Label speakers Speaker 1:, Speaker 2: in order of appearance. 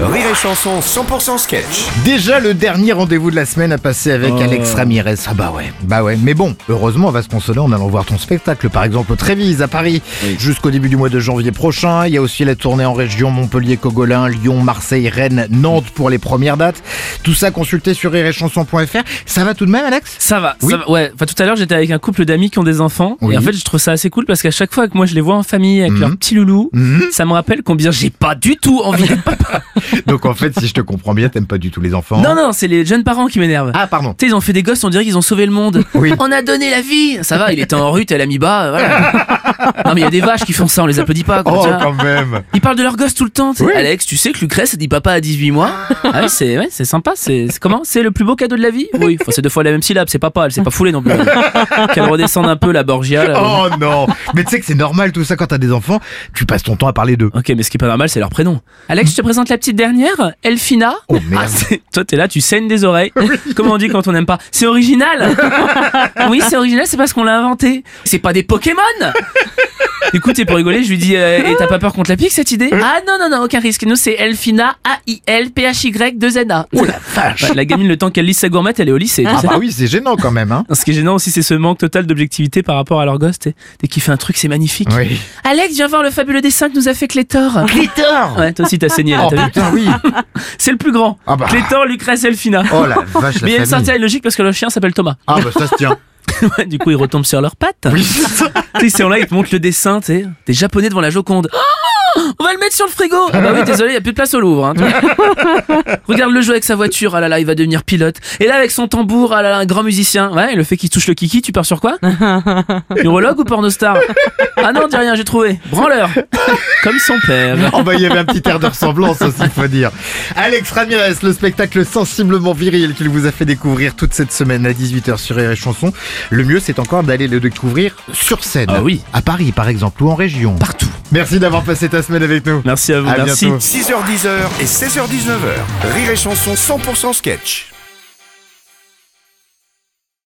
Speaker 1: Rire et Chanson 100% sketch.
Speaker 2: Déjà le dernier rendez-vous de la semaine à passer avec Alex Ramirez. Ah bah ouais, bah ouais. Mais bon, heureusement, on va se consoler en allant voir ton spectacle, par exemple au Trévise à Paris, jusqu'au début du mois de janvier prochain. Il y a aussi la tournée en région Montpellier, Cogolin, Lyon, Marseille, Rennes, Nantes pour les premières dates. Tout ça consulté sur rireetchanson.fr. Ça va tout de même, Alex
Speaker 3: Ça va,
Speaker 2: Oui.
Speaker 3: ça va. Ouais, enfin tout à l'heure j'étais avec un couple d'amis qui ont des enfants
Speaker 2: Oui. Mhm.
Speaker 3: et en fait je trouve ça assez cool parce qu'à chaque fois que moi je les vois en famille avec leur petit loulou, ça me rappelle combien j'ai pas du tout envie d'être papa.
Speaker 2: Donc en fait, si je te comprends bien, t'aimes pas du tout les enfants.
Speaker 3: Non non, c'est les jeunes parents qui m'énervent.
Speaker 2: Ah pardon.
Speaker 3: Tu sais, ils ont fait des gosses, on dirait qu'ils ont sauvé le monde.
Speaker 2: Oui.
Speaker 3: On a donné la vie. Ça va, il était en rut, elle a mis bas. euh, Voilà. non mais il y a des vaches qui font ça, on les applaudit pas. quoi,
Speaker 2: Oh
Speaker 3: tu vois.
Speaker 2: quand même.
Speaker 3: Ils parlent de leur gosse tout le temps. tu sais.
Speaker 2: Oui.
Speaker 3: Alex, tu sais que Lucrèce a dit papa à 18 mois. Ah ouais, c'est ouais, c'est sympa. C'est c'est comment C'est le plus beau cadeau de la vie Oui, enfin, c'est deux fois la même syllabe. C'est papa, elle s'est pas foulée non plus. Qu'elle redescende un peu la Borgia. là.
Speaker 2: Oh non. Mais tu sais que c'est normal tout ça quand t'as des enfants. Tu passes ton temps à parler d'eux.
Speaker 3: Ok, mais ce qui est pas normal, c'est leur prénom. Alex, je te présente la petite dernière, Elfina.
Speaker 2: Oh, merde.
Speaker 3: c'est- toi, t'es là, tu saignes des oreilles. Comment on dit quand on n'aime pas C'est original Oui, c'est original, c'est parce qu'on l'a inventé. C'est pas des Pokémon Écoute, et pour rigoler, je lui dis euh, Et t'as pas peur qu'on te la pique cette idée Ah non, non, non, aucun risque. Nous, c'est Elfina, A-I-L-P-H-Y-2-N-A.
Speaker 2: Oh, Vache.
Speaker 3: Ouais, La gamine, le temps qu'elle lise sa gourmette, elle est au lycée. tu
Speaker 2: Ah
Speaker 3: sais.
Speaker 2: bah oui, c'est gênant quand même. Hein.
Speaker 3: Ce qui est gênant aussi, c'est ce manque total d'objectivité par rapport à leur gosse. t'sais. Dès qu'il fait un truc, c'est magnifique.
Speaker 2: Oui.
Speaker 3: Alex, viens voir le fabuleux dessin que nous a fait Clétor.
Speaker 2: Clitor
Speaker 3: Ouais, toi aussi t'as saigné là,
Speaker 2: Oh
Speaker 3: Ah, t'as vu
Speaker 2: putain, oui
Speaker 3: C'est le plus grand.
Speaker 2: Ah bah.
Speaker 3: Clétor, Lucrèce, Elfina.
Speaker 2: Oh la vache, la
Speaker 3: Mais il y a une sortie
Speaker 2: famille.
Speaker 3: à une logique parce que le chien s'appelle Thomas.
Speaker 2: Ah bah ça se tient.
Speaker 3: Ouais, du coup, ils retombent sur leurs pattes.
Speaker 2: Oui, c'est ça.
Speaker 3: Tu sais, ils sont là, ils te montrent le dessin, tu sais. Des japonais devant la Joconde. Oh, on va le mettre sur le frigo. Ah bah oui, désolé, il y a plus de place au Louvre. hein, tu vois. Regarde le jeu avec sa voiture. Ah là là, il va devenir pilote. Et là, avec son tambour, ah là là, un grand musicien. Ouais, et le fait qu'il touche le kiki, tu pars sur quoi Urologue ou pornostar Ah non, dis rien, j'ai trouvé. Branleur. Comme son père.
Speaker 2: Oh bah il y avait un petit air de ressemblance aussi, faut dire. Alex Ramirez, le spectacle sensiblement viril qu'il vous a fait découvrir toute cette semaine à 18h sur Rire et Chanson. Le mieux, c'est encore d'aller le découvrir sur scène.
Speaker 3: Ah oui.
Speaker 2: À Paris, par exemple, ou en région.
Speaker 3: Partout.
Speaker 2: Merci d'avoir passé ta semaine avec nous.
Speaker 3: Merci à vous.
Speaker 2: À
Speaker 3: merci.
Speaker 2: bientôt.
Speaker 1: 6h10 et 16h19h. Rire et Chanson 100% sketch.